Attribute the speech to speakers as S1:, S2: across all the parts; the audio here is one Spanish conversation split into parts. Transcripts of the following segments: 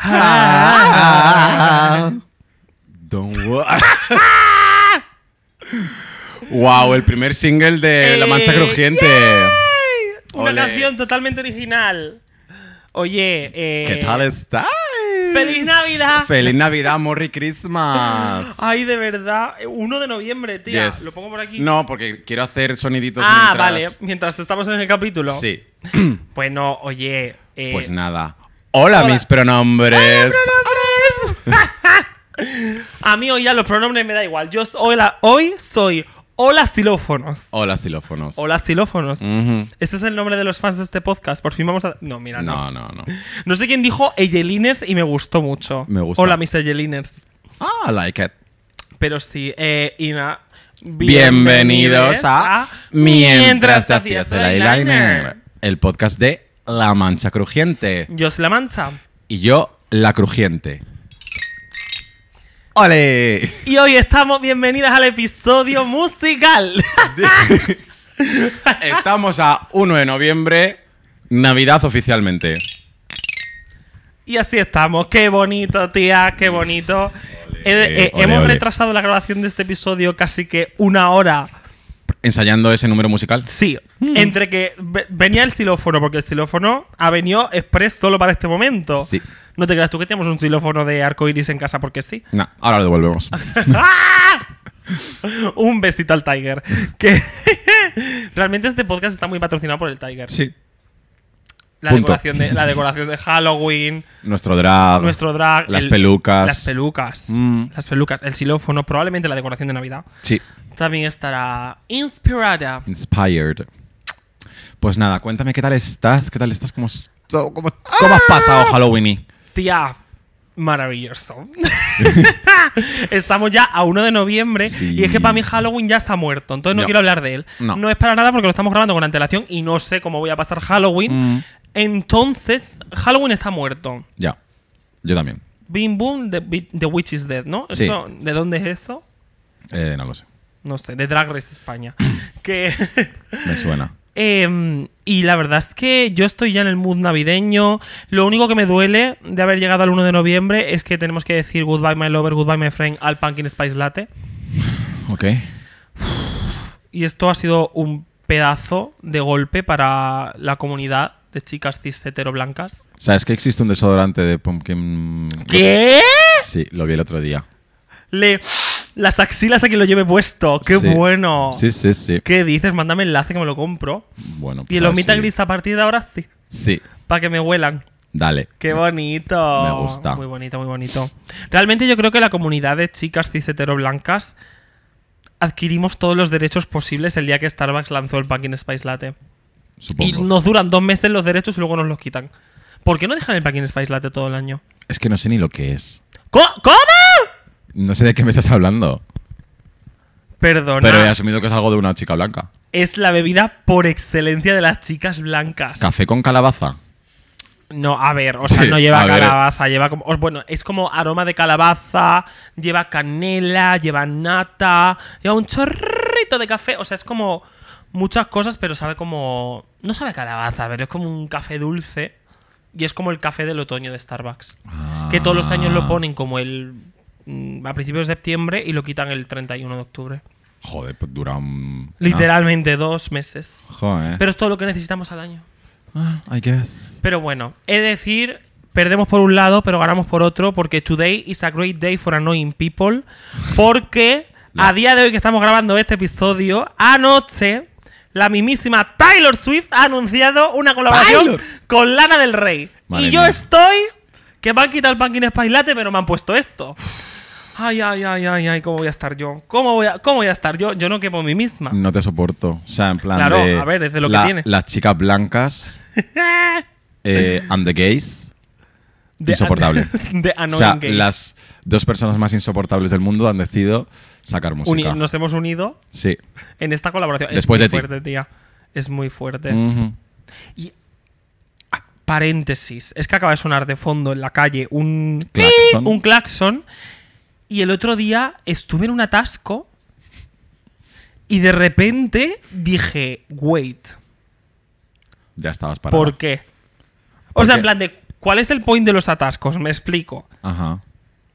S1: wow, el primer single de La Mancha
S2: Eh,
S1: Crujiente.
S2: Una
S1: Ole.
S2: canción totalmente original. Oye, eh,
S1: ¿Qué tal estáis?
S2: ¡Feliz Navidad!
S1: ¡Feliz Navidad, Merry Christmas!
S2: Ay, de verdad. eh, 1 de noviembre, tía.
S1: Yes.
S2: Lo pongo por aquí.
S1: No, porque quiero hacer soniditos
S2: ah,
S1: mientras-
S2: vale. Mientras estamos en el capítulo.
S1: Sí.
S2: Bueno, oye. eh,
S1: Pues nada. Hola,
S2: hola.
S1: mis pronombres.
S2: a mí hoy ya los pronombres me da igual. Yo hoy, hoy soy hola xilófonos.
S1: Hola, xilófonos.
S2: Hola xilófonos.
S1: Ujú.
S2: Este es el nombre de los fans de este podcast. Por fin vamos a. No, mira, no.
S1: No, no, no.
S2: No sé quién dijo Eyeliners y me gustó mucho.
S1: Me gusta.
S2: Hola, mis Eyeliners.
S1: Ah, like it.
S2: Pero sí, eh, Ina.
S1: Bienvenidos a Mientras te hacías el eyeliner. El podcast de La Mancha Crujiente.
S2: Yo soy la mancha.
S1: Y yo, La Crujiente. ¡Ole!
S2: Y hoy estamos bienvenidas al episodio musical.
S1: Estamos a 1 de noviembre, Navidad oficialmente.
S2: y así estamos. Qué bonito, tía, qué bonito. Eh, eh,
S1: ole,
S2: hemos
S1: ole.
S2: retrasado la grabación de este episodio casi que una hora.
S1: Ensayando ese número musical.
S2: Sí, entre que ve- venía el xilófono, porque el xilófono ha venido express solo para este momento.
S1: Sí.
S2: No te creas tú que tenemos un xilófono de arcoiris en casa porque sí.
S1: Nah, ahora lo devolvemos.
S2: ¡Ah! un besito al Tiger. Que realmente este podcast está muy patrocinado por el Tiger.
S1: Sí.
S2: La
S1: punto.
S2: decoración de la decoración de Halloween,
S1: Nuestro drag.
S2: nuestro drag,
S1: Las
S2: el-
S1: pelucas.
S2: las pelucas,
S1: Mm.
S2: las pelucas, el xilófono, probablemente la decoración de Navidad
S1: Sí.
S2: también estará inspirada.
S1: Inspired. Pues nada, cuéntame qué tal estás, qué tal estás, cómo, est- cómo, cómo has pasado
S2: Ah.
S1: Halloween.
S2: Tía, maravilloso. Estamos ya a 1 de noviembre
S1: Sí.
S2: y es que para mí Halloween ya está muerto, entonces no,
S1: No.
S2: quiero hablar de él.
S1: No.
S2: es para nada porque lo estamos grabando con antelación y no sé cómo voy a pasar Halloween.
S1: Mm.
S2: Entonces, Halloween está muerto.
S1: Ya, yo también.
S2: Bim boom, the, bi- the witch is dead, ¿no?
S1: Sí.
S2: Eso, ¿De dónde es eso?
S1: Eh, no lo sé,
S2: No sé, de Drag Race España. que
S1: me suena.
S2: Em, y la verdad es que yo estoy ya en el mood navideño. Lo único que me duele de haber llegado al 1 de noviembre es que tenemos que decir goodbye my lover, goodbye my friend al pumpkin spice latte.
S1: Ok.
S2: Y esto ha sido un pedazo de golpe para la comunidad de chicas cis hetero blancas.
S1: ¿Sabes que existe un desodorante de pumpkin?
S2: ¿Qué?
S1: Sí, lo vi el otro día.
S2: Le las axilas a quien lo lleve puesto. ¡Qué
S1: Sí.
S2: bueno!
S1: Sí, sí, sí.
S2: ¿Qué dices? Mándame enlace que me lo compro.
S1: Bueno, pues
S2: Y el
S1: ahora
S2: omita
S1: sí.
S2: gris a partir de ahora sí.
S1: Sí,
S2: Para que me huelan.
S1: dale.
S2: Qué bonito.
S1: Me gusta.
S2: Muy bonito, muy bonito. Realmente yo creo que la comunidad de chicas cis hetero blancas adquirimos todos los derechos posibles el día que Starbucks lanzó el Pumpkin Spice Latte. Y
S1: Supongo.
S2: nos duran dos meses los derechos y luego nos los quitan. ¿Por qué no dejan el Pumpkin Spice Latte todo el año?
S1: Es que no sé ni lo que es.
S2: ¿Co- ¿Cómo?
S1: No sé de qué me estás hablando.
S2: Perdona.
S1: Pero he asumido que es algo de una chica blanca.
S2: Es la bebida por excelencia de las chicas blancas.
S1: Café con calabaza.
S2: No, a ver, o sea,
S1: Sí,
S2: no lleva
S1: a ver.
S2: calabaza, lleva como. o- Bueno, es como aroma de calabaza, lleva canela, lleva nata, lleva un chorrito de café. O sea, es como muchas cosas, pero sabe como. No sabe a calabaza, pero es como un café dulce. Y es como el café del otoño de Starbucks. Que todos los años lo
S1: Ah.
S2: ponen como el. mm, a principios de septiembre y lo quitan el 31 de octubre.
S1: Joder, pues dura un...
S2: Literalmente dos meses.
S1: Ah, Joder.
S2: Pero es todo lo que necesitamos al año.
S1: Ah, I guess.
S2: Pero bueno, es decir, perdemos por un lado, pero ganamos por otro, porque today is a great day for annoying people, porque a día de hoy que estamos grabando este episodio, anoche, la mismísima Taylor Swift ha anunciado una colaboración
S1: Taylor.
S2: con Lana del Rey.
S1: Madre
S2: y yo
S1: mía.
S2: estoy, que me han quitado el Pumpkin Spice Latte, pero me han puesto esto. Ay, ay, ay, ay, ay, ¿cómo voy a estar yo? ¿Cómo voy a, cómo voy a estar yo? Yo no quepo en mí misma.
S1: No te soporto. O sea, en plan
S2: Claro,
S1: de...
S2: a ver, es de lo que
S1: la-
S2: tiene.
S1: Las chicas blancas eh, and the gays.
S2: De-
S1: Insoportable.
S2: De annoying
S1: o sea,
S2: Ah, gays.
S1: las dos personas más insoportables del mundo han decidido sacar
S2: Uni-
S1: música.
S2: nos hemos unido
S1: Sí.
S2: en esta colaboración.
S1: Después
S2: es
S1: de
S2: muy
S1: ti. Mm.
S2: fuerte, tía. Es muy fuerte.
S1: Ujú.
S2: Y ah, paréntesis, es que acaba de sonar de fondo en la calle un
S1: Claxon.
S2: un claxon y el otro día estuve en un atasco y de repente dije, "Wait,
S1: Ya estabas parada.
S2: ¿por qué?" O
S1: ¿Por
S2: sea,
S1: qué?
S2: en plan de ¿cuál es el point de los atascos? Me explico.
S1: Ajá.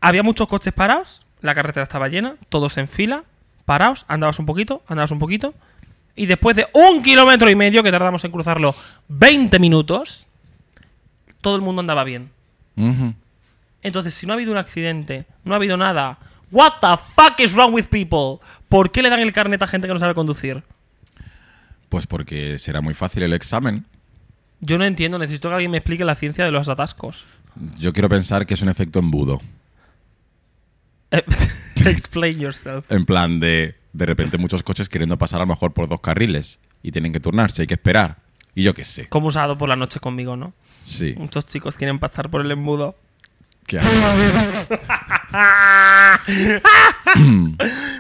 S2: Había muchos coches parados, la carretera estaba llena, todos en fila, paraos, andabas un poquito, andabas un poquito, y después de un kilómetro y medio, que tardamos en cruzarlo 20 minutos, todo el mundo andaba bien.
S1: Ujú.
S2: Entonces, si no ha habido un accidente, no ha habido nada, what the fuck is wrong with people? ¿Por qué le dan el carnet a gente que no sabe conducir?
S1: Pues porque será muy fácil el examen.
S2: Yo no entiendo, necesito que alguien me explique la ciencia de los atascos.
S1: Yo quiero pensar que es un efecto embudo.
S2: Eh, Explain yourself.
S1: En plan de, de repente, muchos coches queriendo pasar a lo mejor por dos carriles y tienen que turnarse, hay que esperar. Y yo qué sé.
S2: Como usado por la noche conmigo, ¿no?
S1: Sí.
S2: Muchos chicos quieren pasar por el embudo.
S1: ¿Qué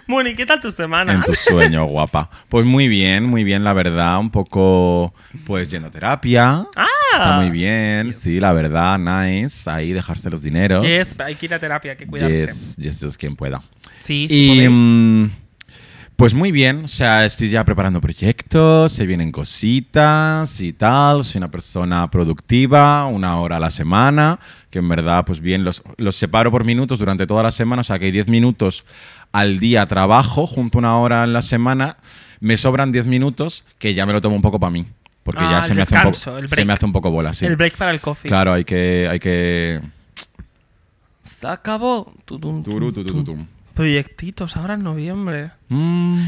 S2: Moni, ¿qué tal tu semana?
S1: En tus sueños, guapa. Pues muy bien, muy bien, la verdad. Un poco, pues yendo a terapia.
S2: Ah.
S1: Está muy bien. Sí, la verdad, nice. Ahí dejarse los dineros.
S2: Yes, hay que ir a terapia, hay que cuidarse.
S1: Yes, yes, yes, quien pueda.
S2: Sí, sí
S1: Y,
S2: podéis.
S1: mm, pues muy bien, o sea, estoy ya preparando proyectos, se vienen cositas y tal, soy una persona productiva, una hora a la semana, que en verdad, pues bien, los, los separo por minutos durante toda la semana, o sea, que hay 10 minutos al día trabajo, junto una hora en la semana, me sobran 10 minutos que ya me lo tomo un poco para mí, porque
S2: Ah,
S1: ya
S2: el
S1: se me, hace un
S2: descanso, el
S1: poco, se
S2: break.
S1: me hace un poco bola, sí.
S2: El break para el coffee.
S1: Claro, hay que... Hay que...
S2: Se acabó. Tudum,
S1: Turu, tu,
S2: tum,
S1: tu,
S2: tum.
S1: tu, tum.
S2: Proyectitos, ahora en noviembre.
S1: Mm,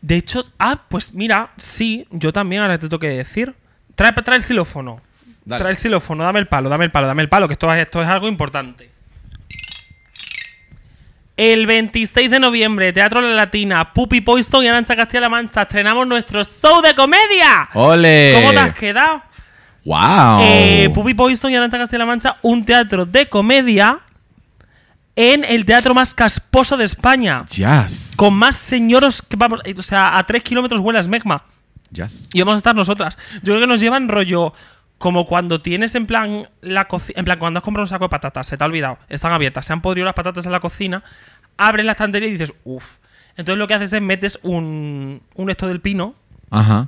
S2: De hecho, ah, pues mira, sí, yo también ahora te tengo que decir. Trae, trae el xilófono.
S1: Dale.
S2: Trae el xilófono, dame el palo, dame el palo, dame el palo, que esto, es- esto es algo importante. El 26 de noviembre, Teatro La Latina, Pupi Poison y Arancha Castilla-La Mancha, estrenamos nuestro show de comedia.
S1: ¡Ole!
S2: ¿Cómo te has quedado?
S1: ¡Wow!
S2: Eh,
S1: Oh.
S2: Pupi Poison y Arancha Castilla-La Mancha, un teatro de comedia en el teatro más casposo de España.
S1: Jazz.
S2: Con más señoros que vamos, eh, o sea, a 3 kilómetros huelas Megma.
S1: Jazz.
S2: Y vamos a estar nosotras. Yo creo que nos llevan rollo como cuando tienes en plan la cocina, en plan cuando has comprado un saco de patatas, se te ha olvidado, están abiertas, se han podrido las patatas en la cocina, abres la estantería y dices, uff. Entonces lo que haces es metes un, un esto del pino,
S1: Ajá.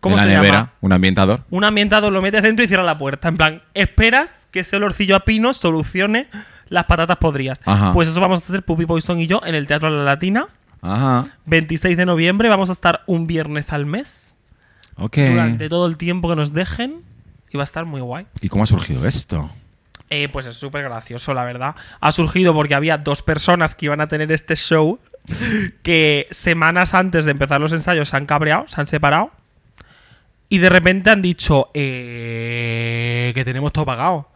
S2: ¿cómo
S1: en la
S2: se
S1: nevera,
S2: llama?
S1: un ambientador.
S2: Un ambientador lo metes dentro y cierras la puerta. En plan, esperas que ese olorcillo a pino solucione las patatas podrías.
S1: Ajá.
S2: Pues eso vamos a hacer Pupi Poison y yo en el Teatro La Latina.
S1: Ajá.
S2: 26 de noviembre vamos a estar un viernes al mes
S1: Ok.
S2: durante todo el tiempo que nos dejen y va a estar muy guay.
S1: ¿Y cómo ha surgido esto?
S2: Eh, pues es súper gracioso, la verdad. Ha surgido porque había dos personas que iban a tener este show que semanas antes de empezar los ensayos se han cabreado, se han separado y de repente han dicho eh, que tenemos todo pagado.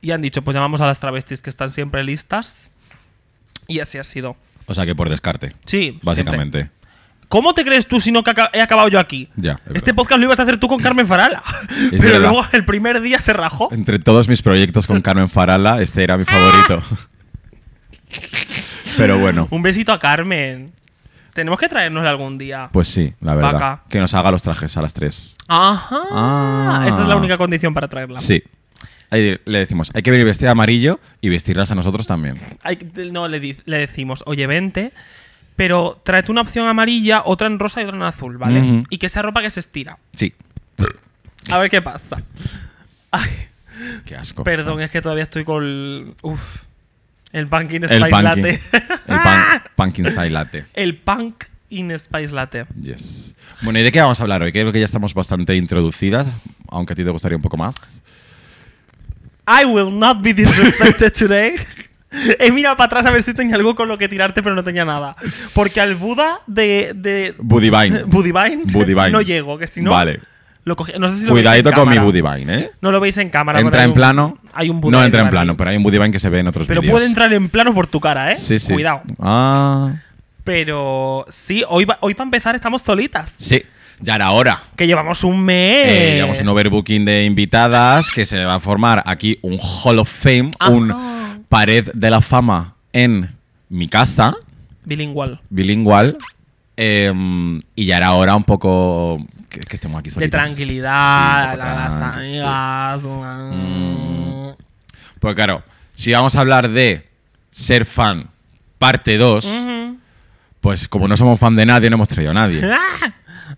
S2: Y han dicho, pues llamamos a las travestis que están siempre listas. Y así ha sido.
S1: O sea que por descarte,
S2: Sí, siempre.
S1: básicamente.
S2: ¿Cómo te crees tú si no que aca- he acabado yo aquí?
S1: Ya, es
S2: este
S1: verdad.
S2: podcast lo ibas a hacer tú con Carmen Farala.
S1: Es
S2: pero
S1: verdad.
S2: luego el primer día se rajó.
S1: Entre todos mis proyectos con Carmen Farala, este era mi favorito. Pero bueno,
S2: Un besito a Carmen. Tenemos que traernosla algún día.
S1: pues sí, la verdad.
S2: Vaca.
S1: Que nos haga los trajes a las 3.
S2: Ajá.
S1: Ah.
S2: Esa es la única condición para traerla.
S1: Sí. Ahí le decimos, hay que venir vestida de amarillo y vestirlas a nosotros también.
S2: Hay que- no, le, di- le decimos, oye, vente, pero tráete una opción amarilla, otra en rosa y otra en azul, ¿vale?
S1: Ujú.
S2: Y que sea ropa que se estira.
S1: Sí.
S2: A ver qué pasa. Ay,
S1: Qué asco.
S2: perdón, es que todavía estoy con. el- Uf. El pumpkin spice
S1: El punkin.
S2: latte.
S1: El pan, punkin Sai latte.
S2: el punk in spice latte.
S1: Yes. Bueno, ¿y de qué vamos a hablar hoy? Creo que ya estamos bastante introducidas, aunque a ti te gustaría un poco más.
S2: I will not be disrespected today. He mirado para atrás a ver si tenía algo con lo que tirarte, pero no tenía nada. Porque al Buda de. de Eh,
S1: Budivine.
S2: Budivine,
S1: Budivine.
S2: No llego, que si no.
S1: Vale.
S2: Lo cogí- no sé si lo veis
S1: Cuidadito
S2: en
S1: con mi
S2: cámara.
S1: Budivine, ¿eh?
S2: No lo veis en cámara. pero
S1: Entra
S2: hay
S1: en
S2: un-
S1: plano.
S2: Hay un
S1: No
S2: Buda.
S1: entra en
S2: detrás de
S1: plano,
S2: mí.
S1: pero hay un Budivine que se ve en otros
S2: Pero
S1: vídeos.
S2: puede entrar en plano por tu cara, ¿eh?
S1: Sí, sí.
S2: Cuidado.
S1: Ah.
S2: Pero sí, hoy, va- hoy para empezar estamos solitas.
S1: Sí, ya era hora.
S2: Que llevamos un mes.
S1: Eh, llevamos un overbooking de invitadas que se va a formar aquí un Hall of Fame,
S2: Ajá.
S1: un pared de la fama en mi casa,
S2: Bilingual.
S1: bilingüal. em, y ya era hora un poco que, que estemos aquí
S2: De
S1: solitas.
S2: tranquilidad,
S1: Sí, un
S2: la-
S1: poco
S2: las
S1: tranqui, sí.
S2: amigas.
S1: Pues claro, si vamos a hablar de ser fan parte 2,
S2: Ujú.
S1: Pues como no somos fan de nadie, no hemos traído a nadie.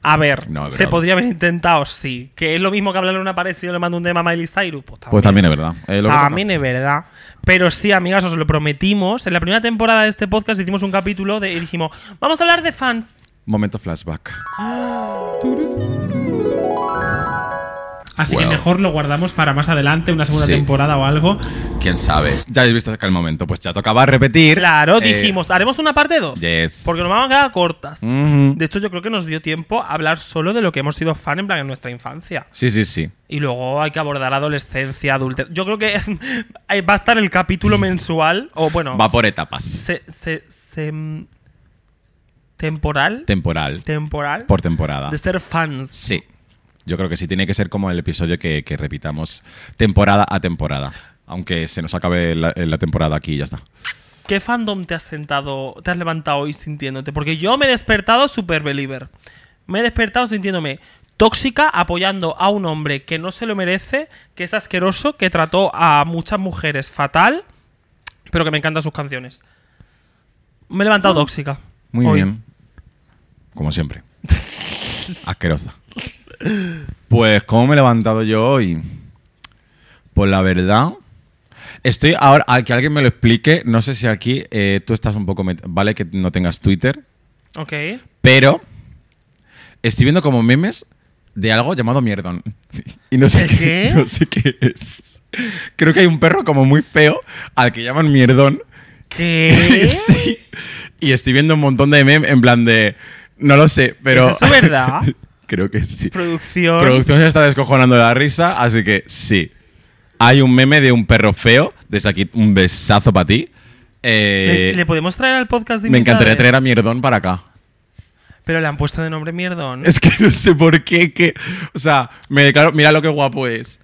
S2: A ver,
S1: No, es
S2: se
S1: broma.
S2: podría haber intentado, sí. Que es lo mismo que hablarle a una pared si yo le mando un tema a Miley Cyrus. Pues también,
S1: Pues también es verdad. Eh, lo que
S2: También es verdad. Pero sí, amigas, os lo prometimos. En la primera temporada de este podcast hicimos un capítulo de, y dijimos, vamos a hablar de fans.
S1: toca- Momento flashback.
S2: Así
S1: Wow.
S2: que mejor lo guardamos para más adelante, una segunda
S1: Sí.
S2: temporada o algo.
S1: ¿Quién sabe? Ya habéis visto acá el momento. Pues ya tocaba repetir.
S2: Claro,
S1: Eh,
S2: dijimos, haremos una parte 2.
S1: yes. Mm.
S2: Porque nos vamos a quedar cortas.
S1: ujú.
S2: De hecho, yo creo que nos dio tiempo a hablar solo de lo que hemos sido fan en plan en nuestra infancia.
S1: Sí, sí, sí.
S2: Y luego hay que abordar adolescencia, adultez. Yo creo que ahí va a estar el capítulo mensual. O bueno.
S1: Va por etapas.
S2: se- se- se- mm, temporal.
S1: Temporal.
S2: temporal.
S1: Por temporada.
S2: de ser fans.
S1: Sí. Yo creo que sí. Tiene que ser como el episodio que, que repitamos temporada a temporada. Aunque se nos acabe la, eh, la temporada aquí y ya está.
S2: ¿Qué fandom te has sentado, te has levantado hoy sintiéndote? Porque yo me he despertado super believer. Me he despertado sintiéndome tóxica apoyando a un hombre que no se lo merece, que es asqueroso, que trató a muchas mujeres fatal, pero que me encantan sus canciones. Me he levantado tóxica.
S1: Ah. Muy
S2: hoy.
S1: bien. Como siempre. Asquerosa. Pues, ¿cómo me he levantado yo hoy? Pues la verdad. Estoy ahora, al que alguien me lo explique, no sé si aquí eh, tú estás un poco... met- Vale que no tengas Twitter,
S2: Ok.
S1: pero estoy viendo como memes de algo llamado mierdón. Y no sé
S2: ¿El
S1: qué,
S2: qué?
S1: no sé qué es. Creo que hay un perro como muy feo al que llaman mierdón.
S2: ¿Qué?
S1: Sí. Y estoy viendo un montón de memes en plan de. No lo sé, pero.
S2: ¿Es eso verdad?
S1: creo que sí.
S2: Producción.
S1: Producción se está descojonando de la risa, así que sí. Hay un meme de un perro feo. Desde aquí, un besazo para ti. Eh,
S2: ¿Le, ¿eh? le podemos traer al podcast de
S1: me encantaría
S2: invitades?
S1: traer a mierdón para acá.
S2: Pero le han puesto de nombre mierdón.
S1: Es que no sé por qué. Que, o sea, me declaro. Mira lo que guapo es.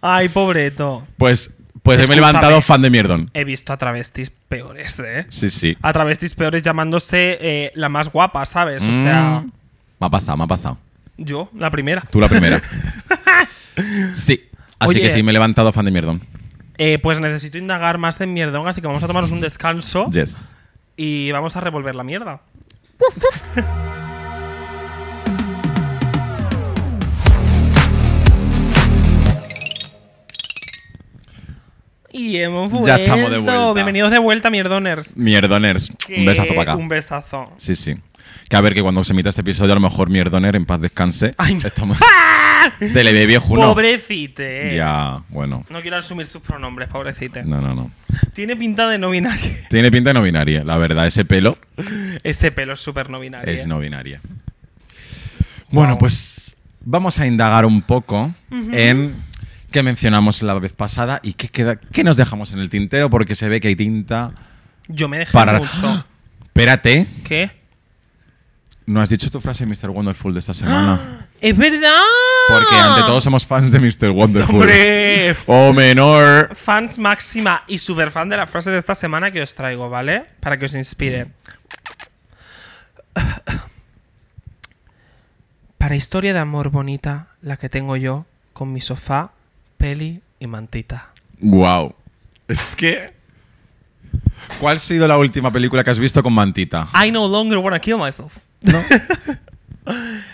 S2: Ay, pobreto.
S1: Pues, pues hoy me he levantado
S2: Escúchame.
S1: fan de mierdón.
S2: He visto a travestis peores, ¿eh?
S1: Sí, sí.
S2: A travestis peores llamándose eh, la más guapa, ¿sabes? O sea,
S1: Mm. Me ha pasado, me ha pasado.
S2: yo, la primera.
S1: Tú la primera. sí. Así
S2: Oye.
S1: que sí, me he levantado fan de mierdón.
S2: Eh, pues necesito indagar más de mierdón, así que vamos a tomarnos un descanso
S1: Yes.
S2: y vamos a revolver la mierda. Y hemos vuelto.
S1: Ya estamos de vuelta.
S2: Bienvenidos de vuelta, mierdoners.
S1: Mierdoners. Un besazo para acá.
S2: Un besazo.
S1: Sí, sí. Que a ver, que cuando se emita este episodio, a lo mejor Mierdoner en paz descanse.
S2: Ay, no.
S1: Estamos- se le ve viejo
S2: Pues
S1: uno.
S2: Pobrecite.
S1: Ya, bueno.
S2: No quiero asumir sus pronombres, pobrecite.
S1: No, no, no.
S2: Tiene pinta de no binario.
S1: Tiene pinta de no binaria, la verdad. Ese pelo
S2: Ese pelo es súper no binario. ¿eh?
S1: es no binaria. Bueno, pues vamos a indagar un poco en qué mencionamos la vez pasada y qué, queda, qué nos dejamos en el tintero, porque se ve que hay tinta
S2: Yo me dejé
S1: para.
S2: mucho.
S1: Espérate,
S2: ¿Qué?
S1: no has dicho tu frase Mr. Wonderful de esta semana.
S2: ¡Es verdad!
S1: Porque ante todo somos fans de Mr. Wonderful.
S2: ¡Hombre!
S1: O menor.
S2: Fans máxima y super fan de la frase de esta semana que os traigo, ¿vale? Para que os inspire. Para historia de amor bonita, la que tengo yo con mi sofá, peli y mantita.
S1: Wow. Es que. ¿Cuál ha sido la última película que has visto con mantita?
S2: I no longer wanna kill myself.
S1: ¿No?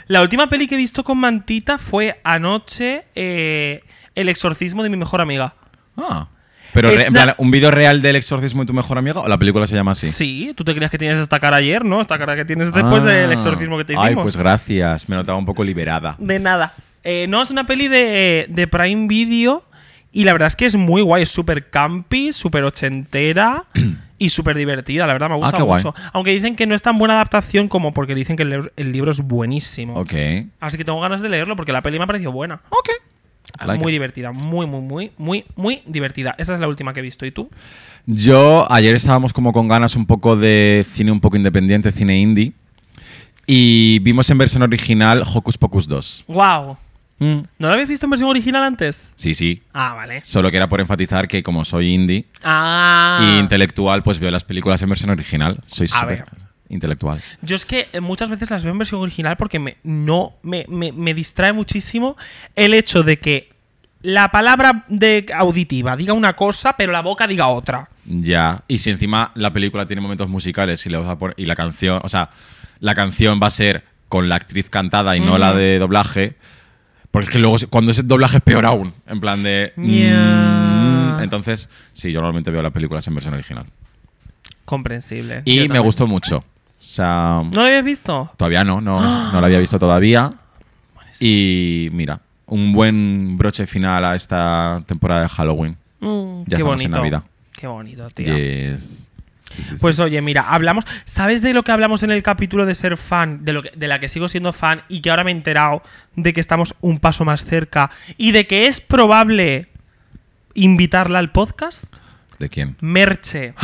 S2: La última peli que he visto con mantita fue anoche eh, El exorcismo de mi mejor amiga.
S1: Ah. Pero
S2: Es
S1: re- en
S2: la-
S1: plan, un vídeo real del exorcismo de tu mejor amiga o la película se llama así.
S2: Sí. tú te creías que tenías esta cara ayer, ¿no? Esta cara que tienes después
S1: Ah.
S2: del exorcismo que te hicimos.
S1: Ay, pues gracias. Me notaba un poco liberada.
S2: De nada. Eh, no, es una peli de, de Prime Video y la verdad es que es muy guay. Es súper campy, súper ochentera y súper divertida. La verdad me gusta
S1: Ah, qué guay.
S2: mucho. Aunque dicen que no es tan buena adaptación como porque dicen que el, lib- el libro es buenísimo.
S1: Ok.
S2: Así que tengo ganas de leerlo porque la peli me ha parecido buena.
S1: Ok. Like
S2: muy
S1: it.
S2: divertida, muy, muy, muy, muy, muy divertida. Esa es la última que he visto. ¿Y tú?
S1: Yo ayer estábamos como con ganas un poco de cine un poco independiente, cine indie. Y vimos en versión original Hocus Pocus 2.
S2: ¡Wow!
S1: Mm.
S2: ¿No la habéis visto en versión original antes?
S1: Sí, sí.
S2: Ah, vale.
S1: Solo que era por enfatizar que como soy indie,
S2: Ah.
S1: y intelectual, pues veo las películas en versión original. Soy
S2: A
S1: súper
S2: ver.
S1: intelectual.
S2: Yo es que eh, muchas veces las veo en versión original porque me, no, me, me- me distrae muchísimo el hecho de que la palabra de auditiva diga una cosa, pero la boca diga otra.
S1: Ya. Y si encima la película tiene momentos musicales y, le vas a poner- y la canción, o sea, la canción va a ser con la actriz cantada y no la de doblaje. Porque es que luego, se- cuando es el doblaje es peor aún. En plan de.
S2: Ya.
S1: mm, entonces, sí, yo normalmente veo las películas en versión original.
S2: Comprensible. Yo
S1: Y me
S2: también.
S1: gustó mucho. O sea,
S2: ¿No lo habías visto?
S1: todavía no,
S2: Ah.
S1: no, no la había visto todavía. Y mira, un buen broche final a esta temporada de Halloween.
S2: Mm,
S1: Ya
S2: qué
S1: estamos
S2: bonito.
S1: en Navidad.
S2: Qué bonito, tío.
S1: Yes. Sí, sí, sí.
S2: Pues oye, mira, hablamos. ¿Sabes de lo que hablamos en el capítulo de ser fan? De, lo que- de la que sigo siendo fan y que ahora me he enterado de que estamos un paso más cerca y de que es probable invitarla al podcast.
S1: ¿De quién?
S2: Merche.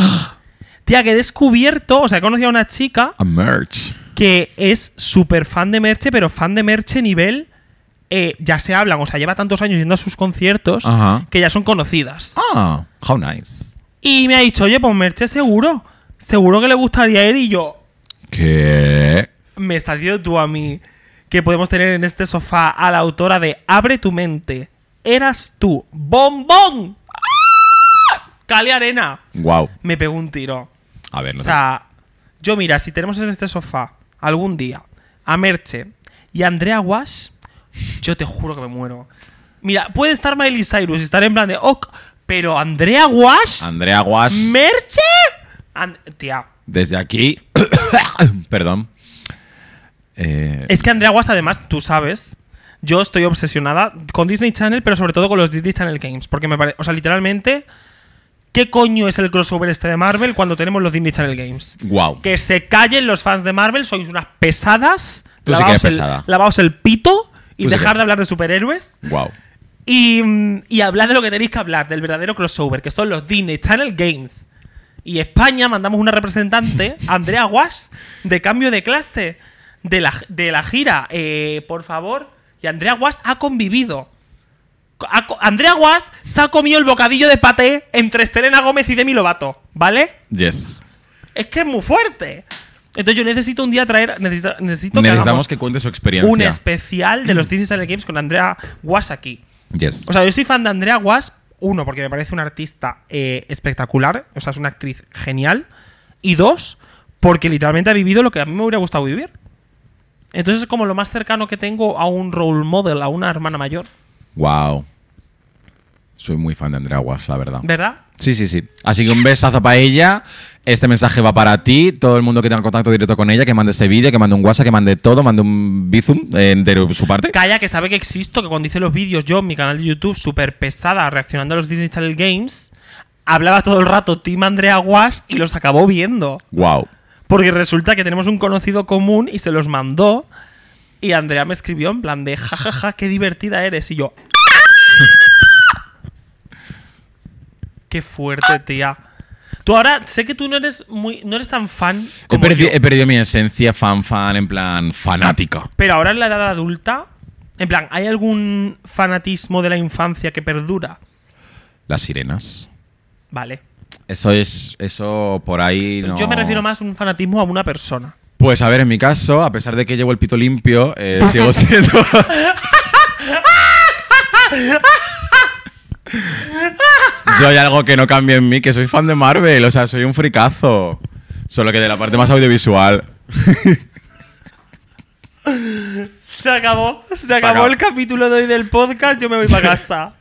S2: Tía, que he descubierto, o sea, he conocido a una chica
S1: A merch.
S2: que es súper fan de Merche, pero fan de Merche nivel. eh, ya se hablan, o sea, lleva tantos años yendo a sus conciertos
S1: Ajá.
S2: que ya son conocidas.
S1: Ah, how nice.
S2: Y me ha dicho, oye, pues Merche seguro. Seguro que le gustaría ir. Y yo,
S1: ¿Qué?
S2: me estás diciendo tú a mí que podemos tener en este sofá a la autora de Abre tu mente. Eras tú. ¡Bombón! ¡Ah! Cale Arena.
S1: Wow.
S2: Me pegó un tiro.
S1: A ver, no
S2: O
S1: sé.
S2: sea, yo mira, si tenemos en este sofá algún día a Merche y a Andrea Wash, yo te juro que me muero. Mira, puede estar Miley Cyrus y estar en plan de ok, pero Andrea Wash.
S1: Andrea Guas,
S2: ¿Merche? An- tía.
S1: desde aquí. Perdón. Eh,
S2: Es que Andrea Guas, además, tú sabes, yo estoy obsesionada con Disney Channel, pero sobre todo con los Disney Channel Games. Porque me parece. O sea, literalmente. ¿Qué coño es el crossover este de Marvel cuando tenemos los Disney Channel Games?
S1: wow.
S2: Que se callen los fans de Marvel, sois unas pesadas.
S1: Tú sí que eres
S2: el,
S1: pesada.
S2: lavaos el pito
S1: Tú
S2: y
S1: sí que-
S2: dejar de hablar de superhéroes.
S1: Wow.
S2: Y, mm, y hablad de lo que tenéis que hablar, del verdadero crossover, que son los Disney Channel Games. Y España mandamos una representante, Andrea Guas, de cambio de clase de la, de la gira. Eh, por favor. Y Andrea Guas ha convivido. Ha co- Andrea Guas se ha comido el bocadillo de paté entre Selena Gómez y Demi Lovato, ¿vale?
S1: Yes.
S2: Es que es muy fuerte. Entonces yo necesito un día traer... Necesito, necesito que
S1: Necesitamos
S2: hagamos
S1: que cuente su experiencia.
S2: un especial de los Disney Channel Games con Andrea Guas aquí.
S1: Yes.
S2: O sea, yo soy fan de Andrea Guas, uno, porque me parece una artista eh, espectacular, o sea, es una actriz genial, y dos, porque literalmente ha vivido lo que a mí me hubiera gustado vivir. Entonces es como lo más cercano que tengo a un role model, a una hermana mayor,
S1: Wow. Soy muy fan de Andrea Guas, la verdad.
S2: ¿verdad?
S1: Sí, sí, sí. Así que un besazo para ella. Este mensaje va para ti. Todo el mundo que tenga contacto directo con ella, que mande este vídeo, que mande un WhatsApp, que mande todo, mande un bizum eh, de su parte.
S2: Calla, que sabe que existo, que cuando hice los vídeos yo en mi canal de YouTube, súper pesada, reaccionando a los Disney Channel Games, hablaba todo el rato Team Andrea Guas y los acabó viendo.
S1: Wow.
S2: Porque resulta que tenemos un conocido común y se los mandó. Y Andrea me escribió en plan de jajaja, qué divertida eres. Y yo. "Ah". Qué fuerte, tía. Tú ahora sé que tú no eres muy. no eres tan fan
S1: He
S2: como
S1: perdido,
S2: yo,
S1: he perdido mi esencia fan fan, en plan fanática.
S2: Pero ahora en la edad adulta. En plan, ¿hay algún fanatismo de la infancia que perdura?
S1: Las sirenas.
S2: Vale.
S1: Eso es. Eso por ahí. No.
S2: Yo me refiero más a un fanatismo a una persona.
S1: Pues a ver, en mi caso, a pesar de que llevo el pito limpio, eh, sigo siendo. Yo hay algo que no cambia en mí, que soy fan de Marvel, o sea, soy un fricazo. Solo que de la parte más audiovisual.
S2: Se acabó. Se,
S1: Se
S2: acabó,
S1: acabó.
S2: el capítulo de hoy del podcast. Yo me voy para casa.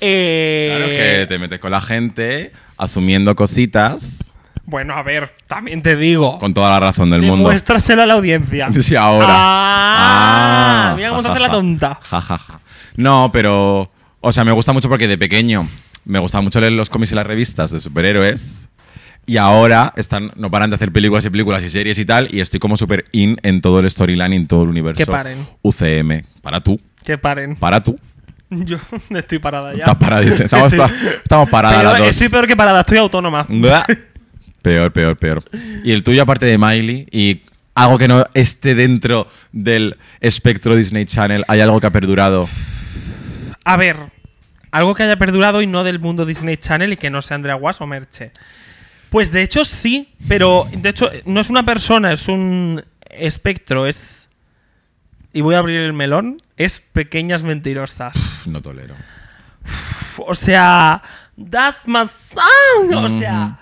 S2: Eh,
S1: Claro, es que te metes con la gente asumiendo cositas
S2: Bueno, a ver, también te digo.
S1: con toda la razón del mundo.
S2: Demuéstraselo a la audiencia.
S1: Sí, ahora.
S2: Ah,
S1: Ah,
S2: mira
S1: ja,
S2: cómo te
S1: ja,
S2: hace la
S1: ja.
S2: tonta.
S1: Ja, ja, ja. No, pero. O sea, me gusta mucho porque de pequeño me gustaba mucho leer los cómics y las revistas de superhéroes. Y ahora están, no paran de hacer películas y películas y series y tal. Y estoy como súper in en todo el storyline y en todo el universo.
S2: Que paren.
S1: UCM. Para tú.
S2: Que paren.
S1: Para tú.
S2: Yo estoy parada ya.
S1: Estás parada, dice. Estamos,
S2: Estoy-
S1: esta- estamos paradas
S2: Pero
S1: las dos. Mm.
S2: Estoy peor que parada, estoy autónoma.
S1: Blah. Peor, peor, peor. Y el tuyo, aparte de Miley, y algo que no esté dentro del espectro Disney Channel, hay algo que ha perdurado.
S2: A ver, algo que haya perdurado y no del mundo Disney Channel y que no sea Andrea Guas o Merche. Pues de hecho sí, pero de hecho no es una persona, es un espectro, es... Y voy a abrir el melón, es pequeñas mentirosas.
S1: No tolero.
S2: O sea, That's my song. O sea,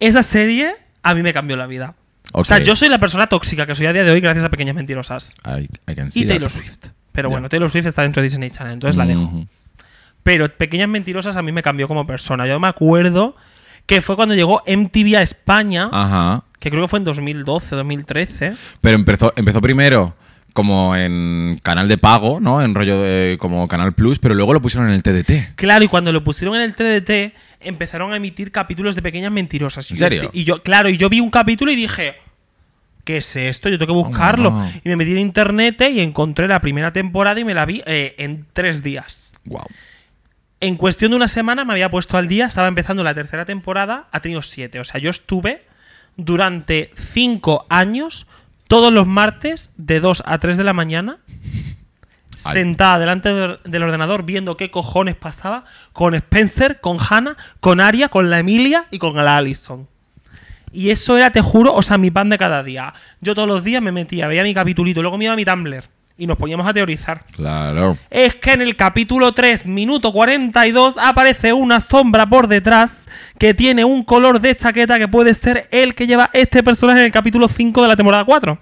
S2: esa serie a mí me cambió la vida. O sea,
S1: Ok.
S2: yo soy la persona tóxica que soy a día de hoy gracias a Pequeñas Mentirosas.
S1: I, I can see
S2: Y
S1: that.
S2: Taylor Swift. Pero
S1: Ya.
S2: bueno, Taylor Swift está dentro de Disney Channel, entonces la dejo.
S1: Ujú.
S2: Pero Pequeñas Mentirosas a mí me cambió como persona. Yo me acuerdo que fue cuando llegó MTV a España,
S1: Ah. Ajá.
S2: que creo que fue en 2012, 2013.
S1: Pero empezó, empezó primero como en canal de pago, ¿no? En rollo de como Canal Plus, pero luego lo pusieron en el TDT.
S2: Claro, y cuando lo pusieron en el TDT, empezaron a emitir capítulos de Pequeñas Mentirosas.
S1: ¿En
S2: Y yo
S1: serio?
S2: deci- Y yo, claro, y yo vi un capítulo y dije, ¿qué es esto? Yo
S1: Oh,
S2: tengo que buscarlo.
S1: no.
S2: Y me metí en internet eh, y encontré la primera temporada y me la vi eh, en tres días.
S1: Wow.
S2: En cuestión de una semana me había puesto al día, estaba empezando la tercera temporada, ha tenido siete. O sea, yo estuve durante cinco años, todos los martes, de 2 a 3 de la mañana,
S1: Ay.
S2: sentada delante del del ordenador viendo qué cojones pasaba con Spencer, con Hannah, con Aria, con la Emilia y con la Allison. Y eso era, te juro, o sea, mi pan de cada día. Yo todos los días me metía, veía mi capitulito, luego me iba a mi Tumblr y nos poníamos a teorizar.
S1: Claro.
S2: Es que en el capítulo 3, minuto 42, aparece una sombra por detrás que tiene un color de chaqueta que puede ser el que lleva este personaje en el capítulo 5 de la temporada 4.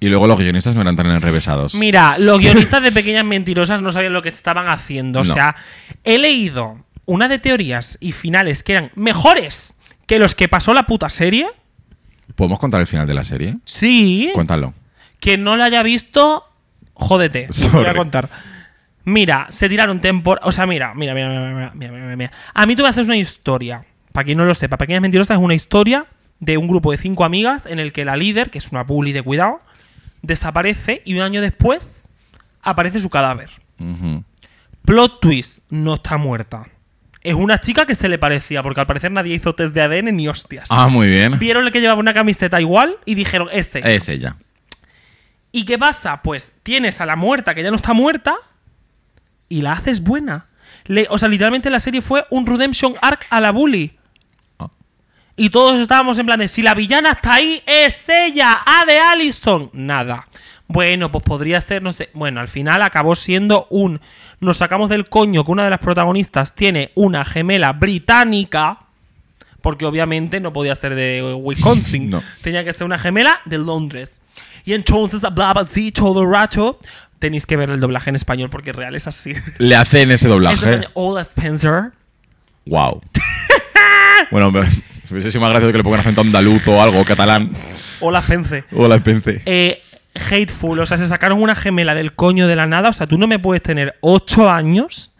S1: Y luego los guionistas no eran tan enrevesados.
S2: Mira, los guionistas de Pequeñas Mentirosas no sabían lo que estaban haciendo. O
S1: No.
S2: sea, he leído una de teorías y finales que eran mejores que los que pasó la puta serie.
S1: ¿Podemos contar el final de la serie?
S2: Sí.
S1: Cuéntalo.
S2: Quien no lo haya visto, jódete.
S1: Sorry.
S2: Lo voy a contar. Mira, se tiraron tempor... O sea, mira, mira, mira, mira, mira, mira, mira, mira. A mí tú me haces una historia. Para quien no lo sepa, Pequeñas Mentirosas es una historia de un grupo de cinco amigas en el que la líder, que es una bully de cuidado, desaparece y un año después aparece su cadáver.
S1: Ujú.
S2: Plot twist, no está muerta. Es una chica que se le parecía, porque al parecer nadie hizo test de ADN ni hostias.
S1: Ah, muy bien.
S2: Vieron el que llevaba una camiseta igual y dijeron, ese.
S1: Es ella.
S2: ¿Y qué pasa? Pues tienes a la muerta que ya no está muerta y la haces buena. Le- o sea, literalmente la serie fue un redemption arc a la bully.
S1: Ah.
S2: Y todos estábamos en plan de, si la villana está ahí, es ella, A de Allison. Nada. Bueno, pues podría ser, no sé. Bueno, al final acabó siendo un... Nos sacamos del coño que una de las protagonistas tiene una gemela británica. Porque obviamente no podía ser de Wisconsin.
S1: No.
S2: Tenía que ser una gemela de Londres. Y entonces hablaba así todo el rato. Tenéis que ver el doblaje en español porque real es así.
S1: Le hacen ese
S2: Es en
S1: doblaje.
S2: plan, Hola Spencer.
S1: Wow. bueno, me, me hubiese sido más gracioso que le pongan acento andaluz o algo, catalán.
S2: Hola Spencer.
S1: Hola, pensé.
S2: Eh, hateful. O sea, se sacaron una gemela del coño de la nada. O sea, tú no me puedes tener 8 años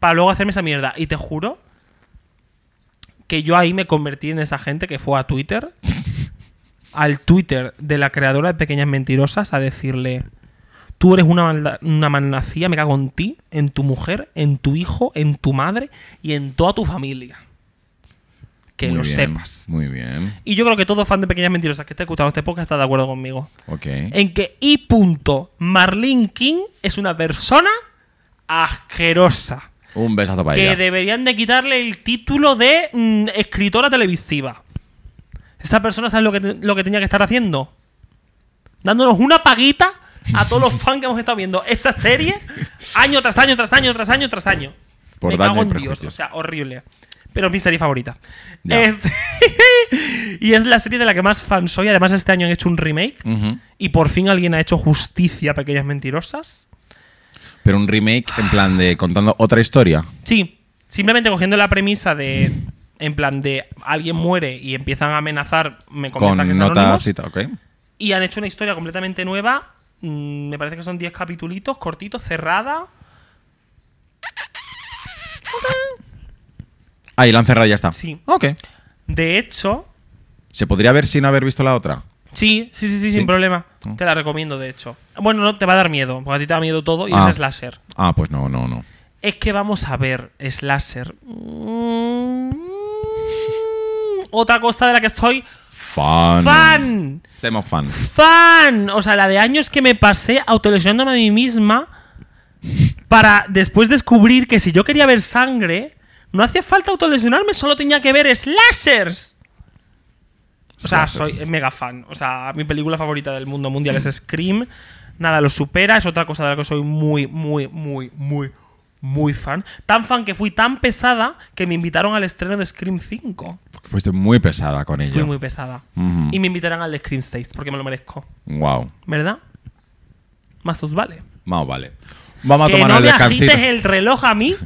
S2: para luego hacerme esa mierda. Y te juro que yo ahí me convertí en esa gente que fue a Twitter, al Twitter de la creadora de Pequeñas Mentirosas, a decirle: Tú eres una, malda- una malnacía, me cago en ti, en tu mujer, en tu hijo, en tu madre y en toda tu familia. Que
S1: Muy
S2: lo
S1: bien,
S2: sepas.
S1: Muy bien.
S2: Y yo creo que todo fan de Pequeñas Mentirosas que está escuchando este podcast está de acuerdo conmigo
S1: Ok.
S2: en que I. punto Marlene King es una persona asquerosa.
S1: Un besazo para
S2: Que
S1: ella.
S2: deberían de quitarle el título de mm, escritora televisiva. Esa persona, ¿sabes lo que, te- lo que tenía que estar haciendo? Dándonos una paguita a todos los fans que hemos estado viendo esa serie año tras año, tras año, tras año, tras año.
S1: Por
S2: Me
S1: daño
S2: cago
S1: y
S2: en Dios,
S1: perjuicio.
S2: o sea, horrible. Pero es mi serie favorita.
S1: Ya.
S2: Es- y es la serie de la que más fan soy. Además, este año han hecho un remake.
S1: Ujú.
S2: Y por fin alguien ha hecho justicia a Pequeñas Mentirosas.
S1: Pero un remake en plan de contando otra historia.
S2: Sí, simplemente cogiendo la premisa de. En plan de alguien muere y empiezan a amenazar me con
S1: Con
S2: mensajes
S1: notas
S2: anónimos.
S1: y tal, ok.
S2: Y han hecho una historia completamente nueva. Mm, me parece que son 10 capitulitos, cortitos, cerrada.
S1: Ah, y la han cerrado y ya está.
S2: Sí.
S1: Ok.
S2: De hecho,
S1: ¿Se podría ver sin haber visto la otra?
S2: sí, sí, sí, sí, sin problema.
S1: Mm.
S2: Te la recomiendo, de hecho. Bueno, no te va a dar miedo, porque a ti te da miedo todo y
S1: Ah.
S2: es slasher.
S1: Ah, pues no, no, no.
S2: Es que vamos a ver, slasher. Mm, otra cosa de la que estoy
S1: Fan.
S2: Fan.
S1: Semos fan.
S2: fan. O sea, la de años que me pasé autolesionándome a mí misma para después descubrir que si yo quería ver sangre, no hacía falta autolesionarme, solo tenía que ver slashers. O sea, soy
S1: Slashers.
S2: mega fan. O sea, mi película favorita del mundo mundial es Scream. Nada lo supera, es otra cosa de la que soy muy, muy, muy, muy, muy fan. Tan fan que fui tan pesada que me invitaron al estreno de Scream 5.
S1: Porque fuiste muy pesada con
S2: Fui
S1: ello.
S2: muy pesada.
S1: Ujú.
S2: Y me invitaron al de Scream 6 porque me lo merezco.
S1: Wow.
S2: ¿Verdad? Más os vale.
S1: Vamos, vale. Vamos a
S2: que
S1: tomar
S2: no
S1: el
S2: me
S1: descansito.
S2: agites el reloj a mí.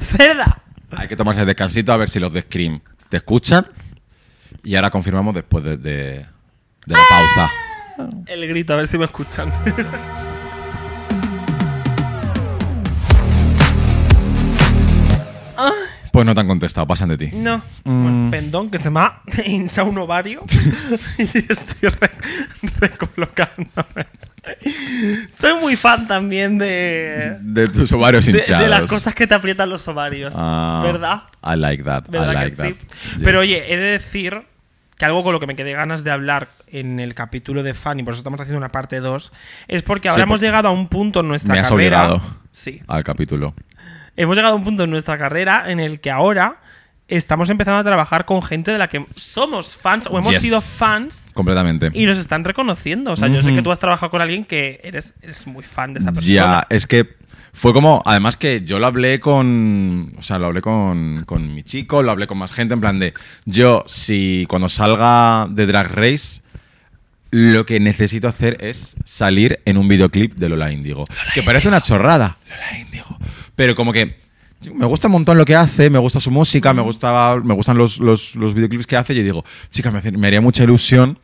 S2: Cerda.
S1: Hay que tomarse el descansito a ver si los de Scream te escuchan. Y ahora confirmamos después de, de- de la pausa.
S2: El grito, a ver si me escuchan.
S1: Pues no te han contestado, pasan de ti.
S2: No.
S1: Mm.
S2: Bueno, pendón, que se me ha hinchado un ovario y estoy re- recolocándome. Soy muy fan también de,
S1: De tus ovarios
S2: de, de
S1: hinchados.
S2: las cosas que te aprietan los ovarios.
S1: Ah,
S2: ¿Verdad?
S1: I like that. I
S2: ¿Verdad
S1: like
S2: que
S1: that.
S2: sí?
S1: Yes.
S2: Pero oye, he de decir que algo con lo que me quedé ganas de hablar en el capítulo de Fan, y por eso estamos haciendo una parte 2, es porque ahora
S1: Sí,
S2: hemos
S1: porque
S2: llegado a un punto en nuestra
S1: me has
S2: carrera.
S1: obligado.
S2: Sí.
S1: Al capítulo.
S2: Hemos llegado a un punto en nuestra carrera en el que ahora estamos empezando a trabajar con gente de la que somos fans o hemos
S1: Yes.
S2: sido fans
S1: Completamente.
S2: y nos están reconociendo. O sea, yo sé que tú has trabajado con alguien que eres, eres muy fan de esa persona.
S1: Ya, es que fue como, además que yo lo hablé con, o sea, lo hablé con, con mi chico, lo hablé con más gente, en plan de, yo si cuando salga de Drag Race, lo que necesito hacer es salir en un videoclip de Lola Índigo, que parece una chorrada. Lola Índigo. Pero como que me gusta un montón lo que hace, me gusta su música, me, gustaba, me gustan los, los, los videoclips que hace, y yo digo, chica, me, hace- me haría mucha ilusión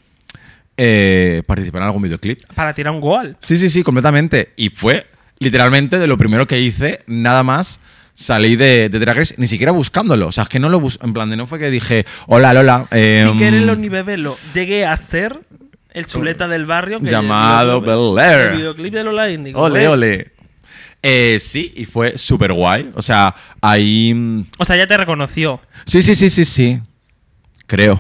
S1: eh, participar en algún videoclip.
S2: Para tirar un gol.
S1: Sí, sí, sí, completamente. Y fue literalmente de lo primero que hice, nada más salí de, de Drag Race, ni siquiera buscándolo. O sea, es que no lo busqué. En plan, de no fue que dije, hola Lola, em, Oh,
S2: Ni quererlo ni beberlo. Llegué a ser el chuleta del barrio. Que
S1: Llamado Bel Air.
S2: El videoclip de Lola Índigo.
S1: ole,
S2: ¿eh?
S1: ole. Eh, sí, y fue súper guay. O sea, ahí... mm,
S2: O sea, ya te reconoció.
S1: Sí, sí, sí, sí, sí. Creo.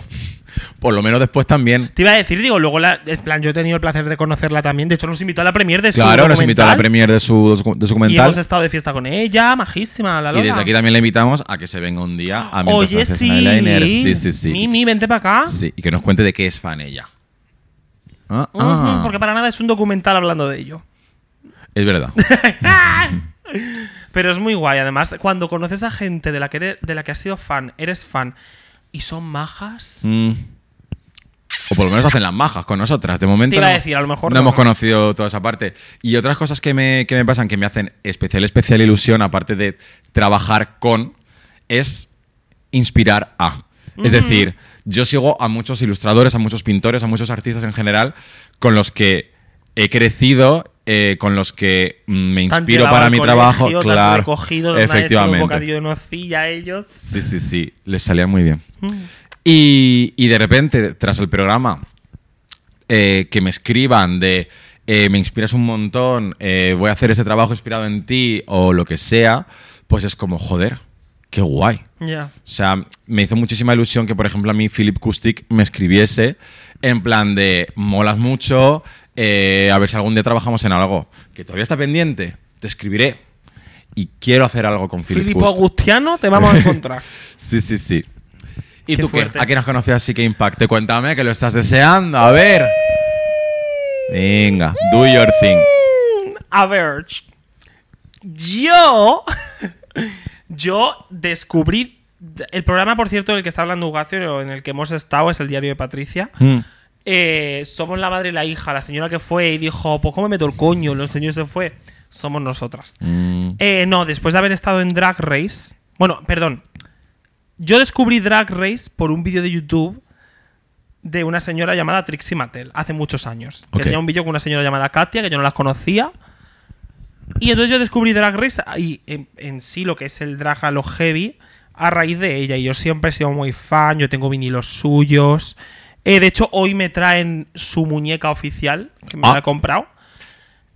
S1: Por lo menos después también.
S2: Te iba a decir, digo, luego la, es plan, yo he tenido el placer de conocerla también. De hecho, nos invitó a la premiere de su
S1: Claro, nos invitó a la
S2: documental.
S1: premiere de su, de su
S2: Y
S1: documental.
S2: hemos estado de fiesta con ella, majísima, la
S1: Y,
S2: Lola.
S1: desde aquí también le invitamos a que se venga un día a mi
S2: Oye, sí.
S1: Sí, sí, sí.
S2: Mimi, vente para acá.
S1: Sí, y que nos cuente de qué es fan ella. Ah,
S2: Ujú,
S1: ah,
S2: Porque para nada es un documental hablando de ello.
S1: Es verdad.
S2: Pero es muy guay. Además, cuando conoces a gente de la que, eres- de la que has sido fan, eres fan y son majas.
S1: Mm. O por lo menos hacen las majas con nosotras. De momento.
S2: Te iba a
S1: no-
S2: decir, a lo mejor
S1: No,
S2: no.
S1: hemos conocido toda esa parte. Y otras cosas que me, que me pasan que me hacen especial, especial ilusión, aparte de trabajar con, es inspirar a. Es decir, yo sigo a muchos ilustradores, a muchos pintores, a muchos artistas en general, con los que he crecido, eh, con los que mm, me
S2: Te han
S1: inspiro
S2: llevado
S1: para
S2: al
S1: mi
S2: colegio,
S1: trabajo.
S2: te han
S1: claro,
S2: recogido, te han echado un
S1: efectivamente.
S2: bocadillo de nocilla a ellos.
S1: Sí, sí, sí, les salía muy bien. Y, y de repente, tras el programa, eh, que me escriban de eh, me inspiras un montón, eh, voy a hacer ese trabajo inspirado en ti o lo que sea, pues es como, joder, qué guay.
S2: Ya.
S1: O sea, me hizo muchísima ilusión que, por ejemplo, a mí Philip Kustik me escribiese en plan de molas mucho, eh, a ver si algún día trabajamos en algo. Que todavía está pendiente, te escribiré. Y quiero hacer algo con Philip
S2: Filipo
S1: Kustik.
S2: Agustiano, te vamos a encontrar.
S1: Sí, sí, sí. ¿Y
S2: Qué
S1: tú
S2: fuerte.
S1: qué? ¿A quién has conocido así que impacte? Cuéntame que lo estás deseando. A ver. Venga, do your thing.
S2: A ver, yo, yo descubrí el programa, por cierto, del que está hablando Ugacio, en el que hemos estado, es el diario de Patricia.
S1: Mm.
S2: Eh, somos la madre y la hija, la señora que fue y dijo, pues cómo me meto el coño, los niños se fue. Somos nosotras.
S1: Mm.
S2: Eh, no, después de haber estado en Drag Race. Bueno, perdón. Yo descubrí Drag Race por un vídeo de YouTube de una señora llamada Trixie Mattel hace muchos años. Que
S1: Ok.
S2: tenía un vídeo con una señora llamada Katia, que yo no las conocía. Y entonces yo descubrí Drag Race y en, en sí lo que es el drag a lo heavy a raíz de ella. Y yo siempre he sido muy fan, yo tengo vinilos suyos. Eh, de hecho, hoy me traen su muñeca oficial, que me
S1: Ah.
S2: la he comprado.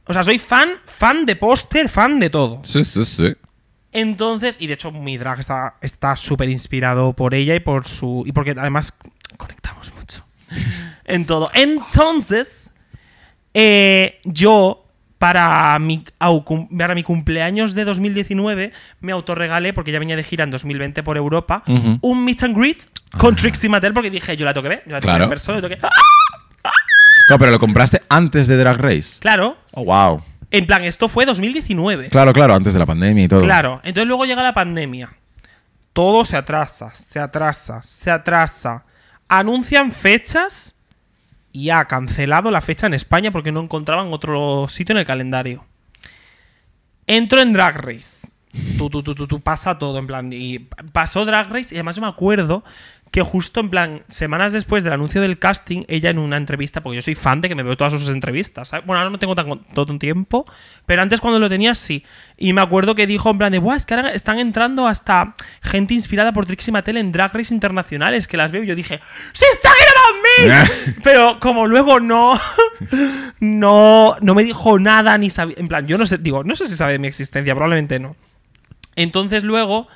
S2: O sea, soy fan, fan de póster, fan de todo.
S1: Sí, sí, sí.
S2: Entonces, y de hecho mi drag está está súper inspirado por ella y por su y porque además conectamos mucho en todo. Entonces, eh, yo para mi, au- cum- para mi cumpleaños de 2019 me autorregalé, porque ya venía de gira en 2020 por Europa,
S1: Ujú. Ah.
S2: un meet and greet con Trixie Mattel porque dije, yo la tengo que ver, yo la tengo que
S1: Claro.
S2: ¡Ah! ver en persona, yo tengo que-
S1: Claro, pero lo compraste antes de Drag Race.
S2: Claro,
S1: Oh, wow.
S2: En plan, esto fue 2019.
S1: Claro, claro, antes de la pandemia y todo.
S2: Claro, entonces luego llega la pandemia. Todo se atrasa, se atrasa, se atrasa. Anuncian fechas y ha cancelado la fecha en España porque no encontraban otro sitio en el calendario. Entro en Drag Race. Tú, tú, tú, tú, tú, pasa todo, en plan. Y pasó Drag Race y además yo me acuerdo que justo en plan, semanas después del anuncio del casting, ella en una entrevista, porque yo soy fan de que me veo todas sus entrevistas, ¿sabes? Bueno, ahora no tengo tan, todo un tiempo, pero antes cuando lo tenía sí. Y me acuerdo que dijo en plan de, Buah, es que ahora están entrando hasta gente inspirada por Trixie Mattel en Drag Race internacionales, que las veo y yo dije, ¡Se está grabando en mí! pero como luego no, no, no me dijo nada, ni sabía, en plan, yo no sé, digo, no sé si sabe de mi existencia, probablemente no. Entonces luego,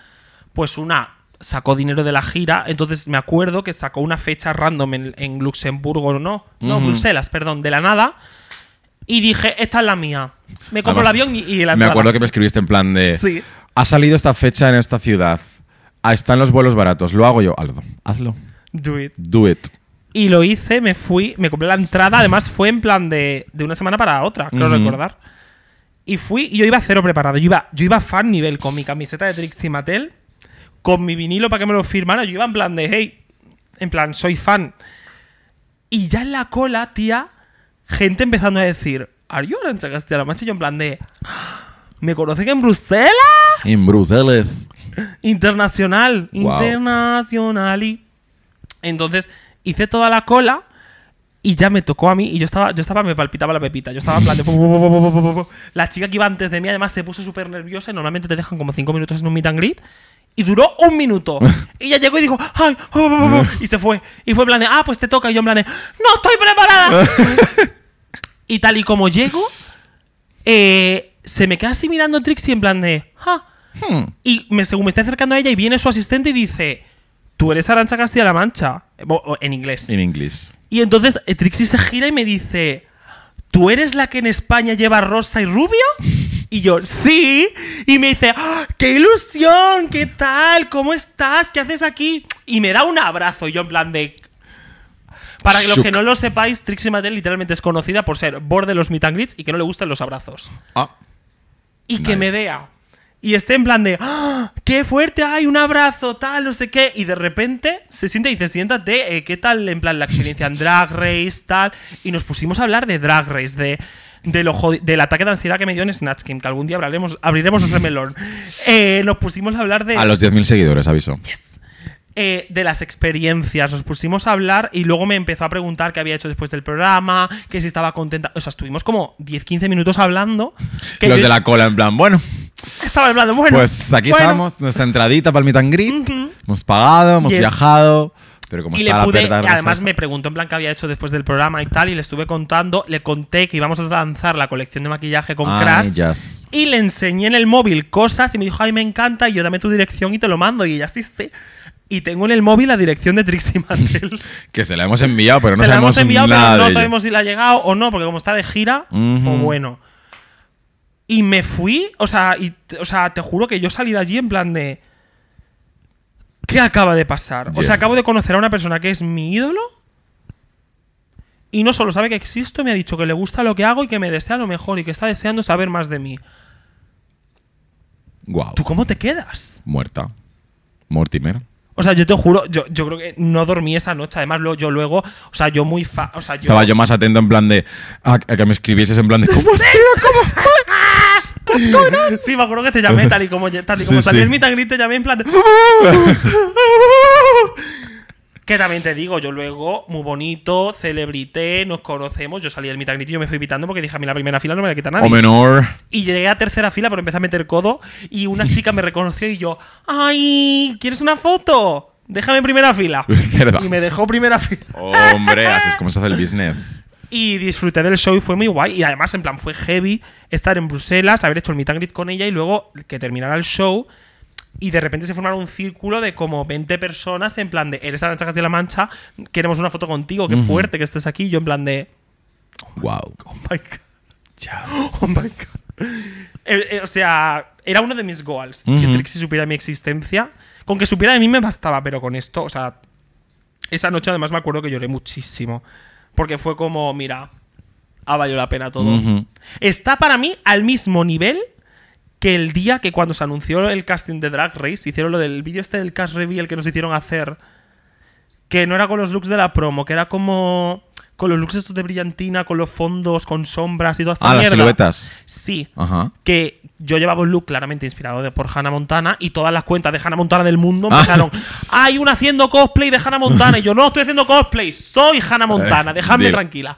S2: pues una sacó dinero de la gira, entonces me acuerdo que sacó una fecha random en, en Luxemburgo, no, no,
S1: Ujú.
S2: Bruselas, perdón, de la nada, y dije, esta es la mía. Me compro
S1: Además,
S2: el avión y, y la
S1: Me
S2: entrada.
S1: acuerdo que me escribiste en plan de.
S2: Sí.
S1: Ha salido esta fecha en esta ciudad. Ah, Están los vuelos baratos. Lo hago yo. Hazlo. Hazlo.
S2: Do it.
S1: Do it.
S2: Y lo hice, me fui, me compré la entrada, además fue en plan de, de una semana para otra, creo
S1: Ujú.
S2: recordar. Y fui y yo iba cero preparado, yo iba, yo iba fan nivel con mi camiseta de Trixie Mattel, con mi vinilo para que me lo firmara, yo iba en plan de, hey, en plan, soy fan. Y ya en la cola, tía, gente empezando a decir, ¿Are you Arancha Castilla-La Mancha? Y yo en plan de, ¿me conocen en Bruselas?
S1: En Bruselas.
S2: Internacional.
S1: Wow.
S2: Internacional. y- Entonces hice toda la cola y ya me tocó a mí. Y yo estaba, yo estaba, me palpitaba la pepita. Yo estaba en plan de. pu, pu, pu, pu, pu, pu, pu, pu. La chica que iba antes de mí además se puso súper nerviosa y normalmente te dejan como cinco minutos en un meet and greet. Y duró un minuto. Y ya llegó y dijo, ¡ay! pu, pu, pu, pu", y se fue. Y fue en plan de, ah, pues te toca. Y yo en plan de, ¡no estoy preparada! Y tal y como llego, eh, se me queda así mirando Trixie en plan de. "Ah". Y me, según me está acercando a ella y viene su asistente y dice: Tú eres Arancha Castilla-La Mancha. Eh, bo- o- En inglés.
S1: En inglés.
S2: Y entonces eh, Trixie se gira y me dice: ¿Tú eres la que en España lleva rosa y rubio? Y yo, sí. Y me dice, "¡Ah, ¡qué ilusión! ¿Qué tal? ¿Cómo estás? ¿Qué haces aquí? Y me da un abrazo. Y yo, en plan de. Para que los
S1: Shook.
S2: que no lo sepáis, Trixie Mattel literalmente es conocida por ser borde de los meet and greets y que no le gustan los abrazos
S1: Ah.
S2: y que me
S1: Nice.
S2: vea. Y esté en plan de, ¡Ah, ¡qué fuerte! ¡Ay, un abrazo! Tal, no sé qué. Y de repente se sienta y dice, siéntate, eh, ¿qué tal? En plan, la experiencia en Drag Race, tal. Y nos pusimos a hablar de Drag Race, de, de lo jodi- del ataque de ansiedad que me dio en Snatch Game, que algún día hablaremos, abriremos ese melón. Eh, nos pusimos a hablar de...
S1: A los 10.000 seguidores, aviso.
S2: Eh, de las experiencias. Nos pusimos a hablar y luego me empezó a preguntar qué había hecho después del programa, que si estaba contenta. O sea, estuvimos como 10-15 minutos hablando. que
S1: Los
S2: yo
S1: de la cola, en plan, bueno,
S2: Estaba hablando, bueno.
S1: pues aquí
S2: bueno.
S1: estamos, nuestra entradita para el meet and greet. Hemos pagado, hemos
S2: Yes.
S1: viajado. Pero como
S2: Y le
S1: está la
S2: pude,
S1: verdad,
S2: además me preguntó en plan qué había hecho después del programa y tal, y le estuve contando, le conté que íbamos a lanzar la colección de maquillaje con
S1: Ay,
S2: Crash.
S1: yes.
S2: Y le enseñé en el móvil cosas y me dijo, ay, me encanta, y yo dame tu dirección y te lo mando. Y ella sí, sí. Y tengo en el móvil la dirección de Trixie Mattel.
S1: Que se la hemos enviado, pero no
S2: Se la
S1: sabemos
S2: hemos enviado,
S1: nada
S2: pero
S1: de
S2: no
S1: ello.
S2: sabemos si la ha llegado o no, porque como está de gira,
S1: Ujú.
S2: o bueno. Y me fui, o sea, y, o sea, te juro que yo salí de allí en plan de. ¿Qué acaba de pasar? O
S1: Yes.
S2: sea, acabo de conocer a una persona que es mi ídolo. Y no solo sabe que existo, me ha dicho que le gusta lo que hago y que me desea lo mejor y que está deseando saber más de mí.
S1: Guau.
S2: ¿Tú cómo te quedas?
S1: Muerta. Mortimer.
S2: O sea, yo te juro, yo, yo creo que no dormí esa noche. Además, luego, yo luego, o sea, yo muy fa. O sea, yo.
S1: Estaba yo más atento en plan de. A, a que me escribieses en plan de. ¿Cómo estás?
S2: Sí, me acuerdo que te llamé tal y como, tal y
S1: Sí,
S2: como salí
S1: sí.
S2: el meet and greet, te llamé en plan de- Que también te digo, yo luego, muy bonito, celebrité, nos conocemos. Yo salí del meet and greet y yo me fui invitando porque dije, a mí la primera fila no me la quita nadie.
S1: O menor.
S2: Y llegué a tercera fila, pero empecé a meter codo y una chica me reconoció y yo, ¡ay! ¿Quieres una foto? Déjame en primera fila.
S1: Cerda.
S2: Y me dejó primera fila.
S1: Hombre, así es como se hace el business.
S2: Y disfruté del show y fue muy guay. Y además, en plan, fue heavy estar en Bruselas, haber hecho el meet and greet con ella y luego que terminara el show. Y de repente se formara un círculo de como 20 personas en plan de eres Arancha de la Mancha, queremos una foto contigo, qué fuerte que estés aquí. Y Yo en plan de
S1: Wow.
S2: oh my god, oh my god. Eh, eh, o sea, era uno de mis goals. Que
S1: Ujú.
S2: Trixie supiera mi existencia. Con que supiera de mí me bastaba, pero con esto, o sea, esa noche además me acuerdo que lloré muchísimo. Porque fue como, mira, ha valido la pena todo.
S1: Ujú.
S2: Está para mí al mismo nivel que el día que cuando se anunció el casting de Drag Race, hicieron lo del vídeo este del cast reveal que nos hicieron hacer, que no era con los looks de la promo, que era como con los looks estos de brillantina, con los fondos, con sombras y toda esta
S1: Ah, las
S2: mierda.
S1: siluetas.
S2: Sí,
S1: Ajá.
S2: que yo llevaba un look claramente inspirado de, por Hannah Montana y todas las cuentas de Hannah Montana del mundo
S1: Ah.
S2: empezaron, hay una haciendo cosplay de Hannah Montana y yo no estoy haciendo cosplay, soy Hannah Montana,
S1: Eh,
S2: dejadme
S1: bien.
S2: tranquila.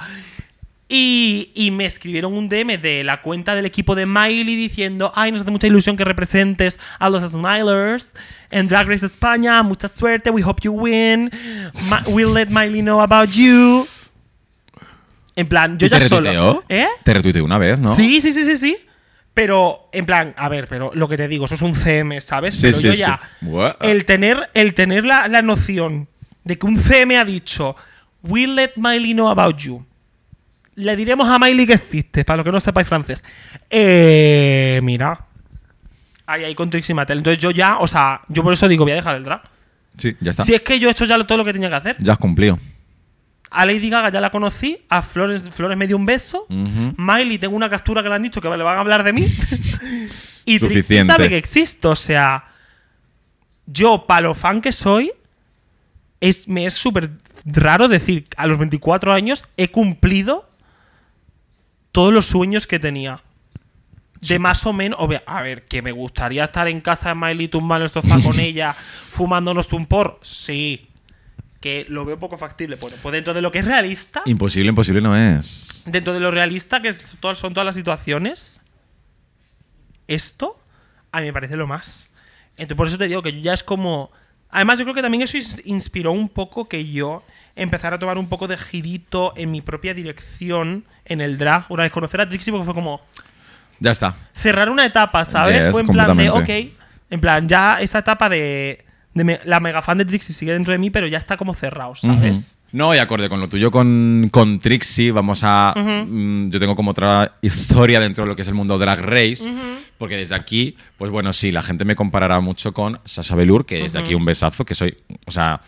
S2: Y, y me escribieron un DM de la cuenta del equipo de Miley diciendo, ay, nos hace mucha ilusión que representes a los Smilers en Drag Race España, mucha suerte, we hope you win, Ma- we'll let Miley know about you. En plan, yo
S1: ¿Y
S2: ya
S1: te
S2: solo...
S1: retuiteó?
S2: ¿Eh?
S1: Te retuiteó una vez, ¿no?
S2: Sí, sí, sí, sí, sí. Pero, en plan, a ver, pero lo que te digo, eso es un CM, ¿sabes?
S1: Sí,
S2: pero
S1: sí,
S2: yo
S1: sí.
S2: ya.
S1: Buah.
S2: El tener, el tener la, la noción de que un CM ha dicho, We'll let Miley know about you. Le diremos a Miley que existe, para los que no sepáis francés. Eh, mira. Ahí, ahí con Trixie Mattel. Entonces yo ya, o sea, yo por eso digo, voy a dejar el drag.
S1: Sí, ya está.
S2: Si es que yo he hecho ya lo- todo lo que tenía que hacer.
S1: Ya has cumplido.
S2: A Lady Gaga ya la conocí, a Flores, Flores me dio un beso,
S1: Ujú.
S2: Miley tengo una captura que le han dicho que le van a hablar de mí y Trixie
S1: Suficiente.
S2: sabe que existo, o sea, yo para lo fan que soy es, me es súper raro decir a los 24 años he cumplido todos los sueños que tenía. De más o menos, obvia- a ver, que me gustaría estar en casa de Miley tumbando en el sofá con ella, fumándonos un por, sí. Que lo veo poco factible. Bueno, pues dentro de lo que es realista,
S1: Imposible, imposible no es.
S2: dentro de lo realista, que es todas- son todas las situaciones, esto a mí me parece lo más. Entonces, por eso te digo que ya es como. Además, yo creo que también eso ins- inspiró un poco que yo empezara a tomar un poco de girito en mi propia dirección en el drag. Una vez conocer a Trixie, porque fue como
S1: Ya está.
S2: cerrar una etapa, ¿sabes?
S1: Yes,
S2: Fue en plan de, ok,
S1: completamente.
S2: en plan, ya esa etapa de, de me- la mega fan de Trixie sigue dentro de mí, pero ya está como cerrado, ¿sabes?
S1: Ujú. No, y acorde con lo tuyo con, con Trixie, vamos a. mm, yo tengo como otra historia dentro de lo que es el mundo Drag Race, porque desde aquí, pues bueno, sí, la gente me comparará mucho con Sasha Velour, que desde aquí un besazo, que soy. O sea,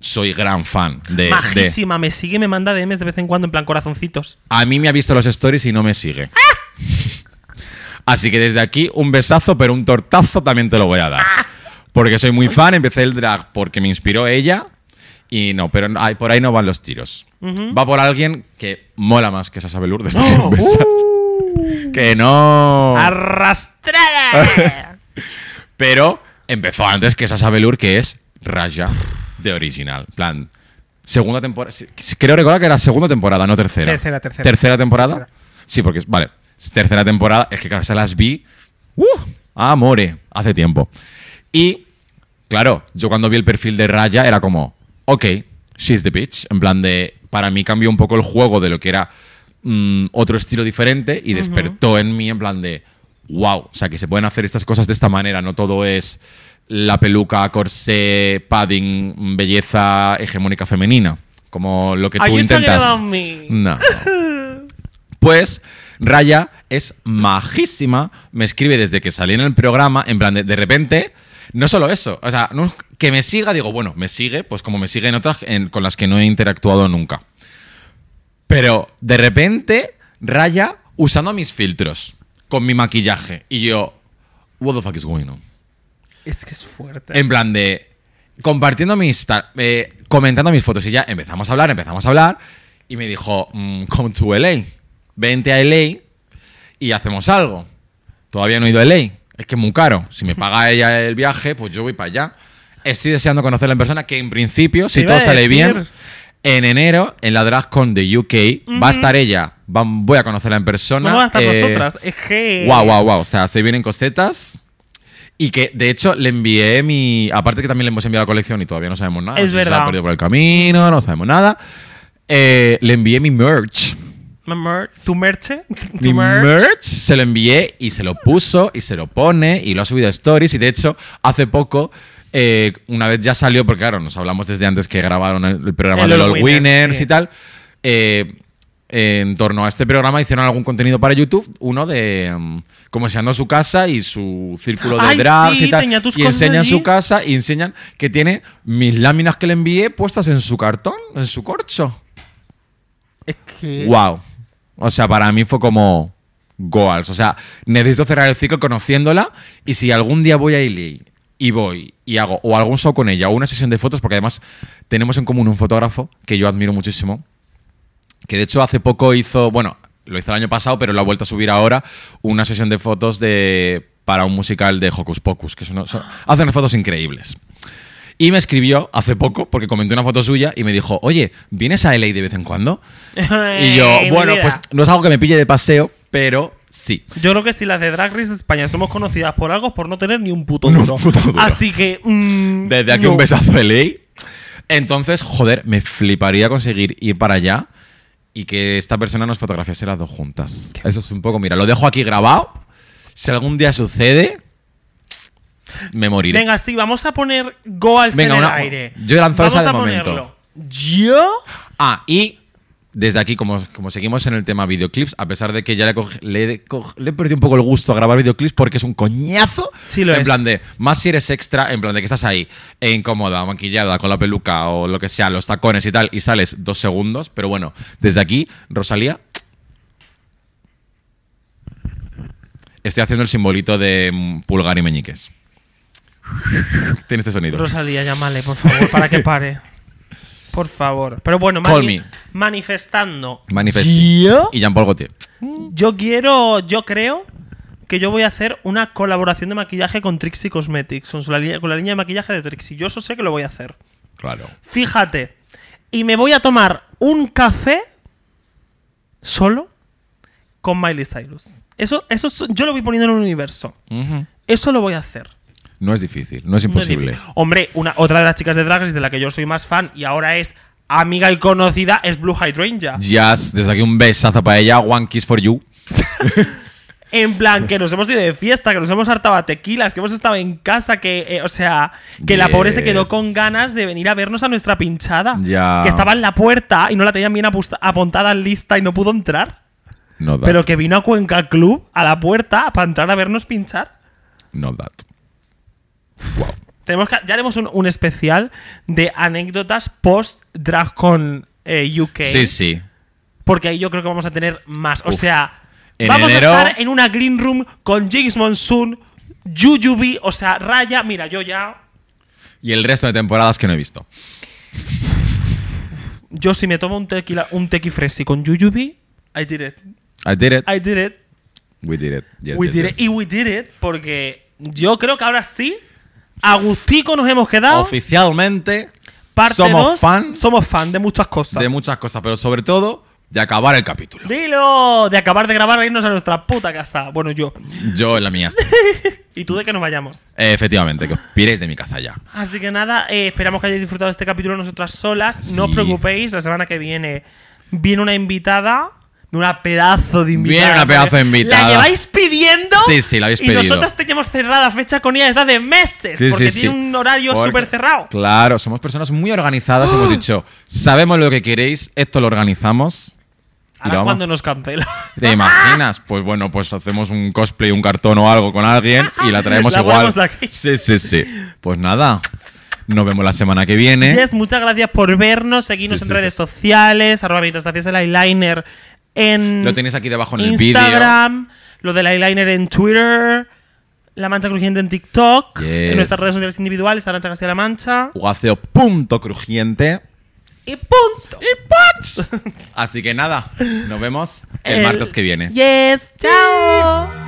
S1: soy gran fan de. de-
S2: Majísima, me sigue y me manda DMs de vez en cuando en plan corazoncitos.
S1: a mí me ha visto los stories y no me sigue. Así que desde aquí un besazo, pero un tortazo también te lo voy a dar. Porque soy muy fan, empecé el drag porque me inspiró ella y no, pero no- ay, por ahí no van los tiros. Va por alguien que mola más que Sasha Velour desde que
S2: Oh, ¡Uh!
S1: empezó. Que no.
S2: ¡Arrastrada!
S1: Pero empezó antes que Sasha Velour, que es Raya de original. En Plan, segunda temporada. sí, Creo recordar que era segunda temporada, no tercera.
S2: Tercera, tercera.
S1: ¿Tercera temporada?
S2: Tercera.
S1: Sí, porque, es- vale, es tercera temporada. Es que, claro, se las vi. ¡Uh! ¡Amore! Hace tiempo. Y, claro, yo cuando vi el perfil de Raya era como, ok, she's the bitch. En plan de, para mí cambió un poco el juego de lo que era mm, otro estilo diferente y despertó en mí en plan de, wow, o sea, que se pueden hacer estas cosas de esta manera, no todo es la peluca, corsé, padding, mm, belleza hegemónica femenina, como lo que
S2: Are
S1: tú
S2: you talking
S1: intentas.
S2: about me?
S1: No. Pues Raya es majísima, me escribe desde que salí en el programa, en plan de, de repente, no solo eso, o sea, no- que me siga, digo, bueno, me sigue, pues como me sigue en otras en- con las que no he interactuado nunca. Pero de repente, Raya usando mis filtros, con mi maquillaje, y yo, what the fuck is going on?
S2: es que es fuerte.
S1: En plan de. Compartiendo mi Insta- eh, comentando mis fotos. Y ya empezamos a hablar, empezamos a hablar. Y me dijo, mm, come to LA. Vente a LA y hacemos algo. Todavía no he ido a LA. Es que es muy caro. Si me paga ella el viaje, pues yo voy para allá. Estoy deseando conocerla en persona, que en principio, si
S2: Te iba
S1: todo
S2: a
S1: sale
S2: decir.
S1: bien, en enero, en la DragCon de UK, va a estar ella. Vam- voy a conocerla en persona.
S2: Vamos a estar
S1: eh,
S2: nosotras. Es que.
S1: Guau, guau, guau. O sea, se vienen cosetas. Y que, de hecho, le envié mi. Aparte que también le hemos enviado la colección y todavía no sabemos nada.
S2: Es
S1: No sé si Se
S2: verdad.
S1: ha perdido por el camino, no sabemos nada. Eh, le envié mi merch.
S2: My mer- tu merche.
S1: Mi
S2: Tu merch.
S1: merch se lo envié y se lo puso y se lo pone y lo ha subido a stories. Y de hecho, hace poco, eh, una vez ya salió, porque claro, nos hablamos desde antes que grabaron el, el programa
S2: El
S1: de
S2: All
S1: los
S2: Winners,
S1: Winners,
S2: sí.
S1: y tal. eh, en torno a este programa hicieron algún contenido para YouTube, uno de mm, como enseñando su casa y su círculo de
S2: Ay,
S1: drags
S2: sí,
S1: y tal.
S2: tenía tus
S1: Y
S2: cosas
S1: enseñan
S2: allí.
S1: su casa y enseñan que tiene mis láminas que le envié puestas en su cartón, en su corcho.
S2: Es que.
S1: Wow. O sea, para mí fue como goals. O sea, necesito cerrar el ciclo conociéndola y si algún día voy a Illy y voy y hago o algún show con ella o una sesión de fotos, porque además tenemos en común un fotógrafo que yo admiro muchísimo, que de hecho hace poco hizo, bueno, lo hizo el año pasado, pero lo ha vuelto a subir ahora, una sesión de fotos de para un musical de Hocus Pocus, que son, son- hace unas fotos increíbles. Y me escribió hace poco, porque comenté una foto suya y me dijo, oye, ¿vienes a LA de vez en cuando? Y yo,
S2: Mi
S1: bueno,
S2: vida.
S1: pues no es algo que me pille de paseo, pero sí.
S2: Yo creo que si las de Drag Race de España somos conocidas por algo es por no tener ni un puto
S1: No,
S2: duro.
S1: puto duro.
S2: Así que. mm,
S1: Desde aquí
S2: no.
S1: un besazo de ley. Entonces, joder, me fliparía conseguir ir para allá y que esta persona nos fotografiase las dos juntas. Eso es un poco, mira, lo dejo aquí grabado. Si algún día sucede, me moriré.
S2: Venga, sí, vamos a poner Goals
S1: Venga,
S2: en
S1: una-
S2: el aire.
S1: yo he lanzado esa
S2: vamos
S1: de
S2: a ponerlo.
S1: momento.
S2: ¿Yo?
S1: Ah, y desde aquí, como, como seguimos en el tema videoclips, a pesar de que ya le, cog- le he cog- le he perdido un poco el gusto a grabar videoclips porque es un coñazo.
S2: Sí lo
S1: en
S2: es.
S1: plan de, más si eres extra, en plan de que estás ahí, e incómoda, maquillada, con la peluca o lo que sea, los tacones y tal, y sales dos segundos. Pero bueno, desde aquí, Rosalía. Estoy haciendo el simbolito de mm, pulgar y meñiques. Tiene este sonido.
S2: Rosalía, llámale, por favor, para que pare. Por favor. Pero bueno,
S1: Call
S2: mani-
S1: me.
S2: manifestando.
S1: Manifesti.
S2: ¿Yo?
S1: Y Jean-Paul Gaultier.
S2: Yo quiero, yo creo que yo voy a hacer una colaboración de maquillaje con Trixie Cosmetics, con, su- la, línea- con la línea de maquillaje de Trixie. Yo eso sé que lo voy a hacer.
S1: Claro.
S2: Fíjate. Y me voy a tomar un café solo con Miley Cyrus. Eso, eso es- yo lo voy poniendo en el universo.
S1: Ujú.
S2: Eso lo voy a hacer.
S1: No es difícil, no es
S2: No es
S1: imposible.
S2: difícil. Hombre, una, otra de las chicas de Drag Race de la que yo soy más fan y ahora es amiga y conocida es Blue Hydrangea.
S1: Jazz, desde aquí un besazo para ella, One Kiss for You.
S2: En plan, que nos hemos ido de fiesta, que nos hemos hartado a tequilas, que hemos estado en casa, que, eh, o sea, que la pobre se quedó
S1: Yes.
S2: con ganas de venir a vernos a nuestra pinchada.
S1: Ya.
S2: Que estaba en la puerta y no la tenían bien apusta- apuntada en lista y no pudo entrar.
S1: No that.
S2: Pero que vino a Cuenca Club a la puerta para entrar a vernos pinchar.
S1: No that.
S2: Tenemos que, ya haremos un, un especial de anécdotas post DragCon eh, UK.
S1: Sí, sí.
S2: Porque ahí yo creo que vamos a tener más. O
S1: Uf.
S2: sea,
S1: En
S2: vamos
S1: enero-
S2: a estar en una green room con James Monsoon, Jujubi, o sea, Raya. Mira, yo ya.
S1: Y el resto de temporadas que no he visto.
S2: Yo si me tomo un tequila, un tequi fresco con Jujubi, I did it.
S1: I did it.
S2: I did it.
S1: We did it. Yes,
S2: we
S1: yes,
S2: did
S1: yes.
S2: it. Y we did it. Porque yo creo que ahora sí, Agustico nos hemos quedado.
S1: Oficialmente
S2: Parte
S1: somos
S2: dos,
S1: fans
S2: Somos fan de muchas cosas.
S1: de muchas cosas, pero sobre todo de acabar el capítulo.
S2: Dilo, de acabar de grabar e irnos a nuestra puta casa. Bueno, yo.
S1: Yo en la mía.
S2: ¿Y tú de que nos vayamos?
S1: Eh, Efectivamente, que os piréis de mi casa ya.
S2: Así que nada, eh, esperamos que hayáis disfrutado de este capítulo nosotras solas. No os
S1: Sí.
S2: preocupéis, la semana que viene viene una invitada. Una pedazo de invitada.
S1: Viene una pedazo de
S2: ¿La
S1: invitada.
S2: lleváis pidiendo?
S1: Sí, sí, la habéis
S2: y
S1: pedido.
S2: nosotras teníamos cerrada fecha con ella desde hace meses.
S1: Sí,
S2: porque
S1: sí,
S2: tiene
S1: sí.
S2: un horario
S1: Porque-
S2: súper cerrado. ¡Ah!
S1: Claro, somos personas muy organizadas. Hemos dicho, sabemos lo que queréis, esto lo organizamos. y lo
S2: Ahora
S1: vamos-
S2: cuando nos cancela.
S1: ¿Te imaginas? Pues bueno, pues hacemos un cosplay, un cartón o algo con alguien y la traemos
S2: La
S1: igual.
S2: ponemos aquí.
S1: Sí, sí, sí. Pues nada, nos vemos la semana que viene.
S2: Jess, muchas gracias por vernos.
S1: ¿Eh?
S2: Seguidnos
S1: Sí,
S2: en
S1: sí,
S2: redes sociales. Arroba mientras hacías el eyeliner en
S1: Lo tenéis aquí debajo en el vídeo.
S2: Instagram, lo del eyeliner en Twitter, La Mancha Crujiente en TikTok,
S1: Yes.
S2: en nuestras redes sociales individuales, Arancha Castilla La Mancha.
S1: Guaceo punto crujiente.
S2: Y punto.
S1: ¡Y punch! Así que nada, nos vemos el, martes que viene.
S2: Yes, chao.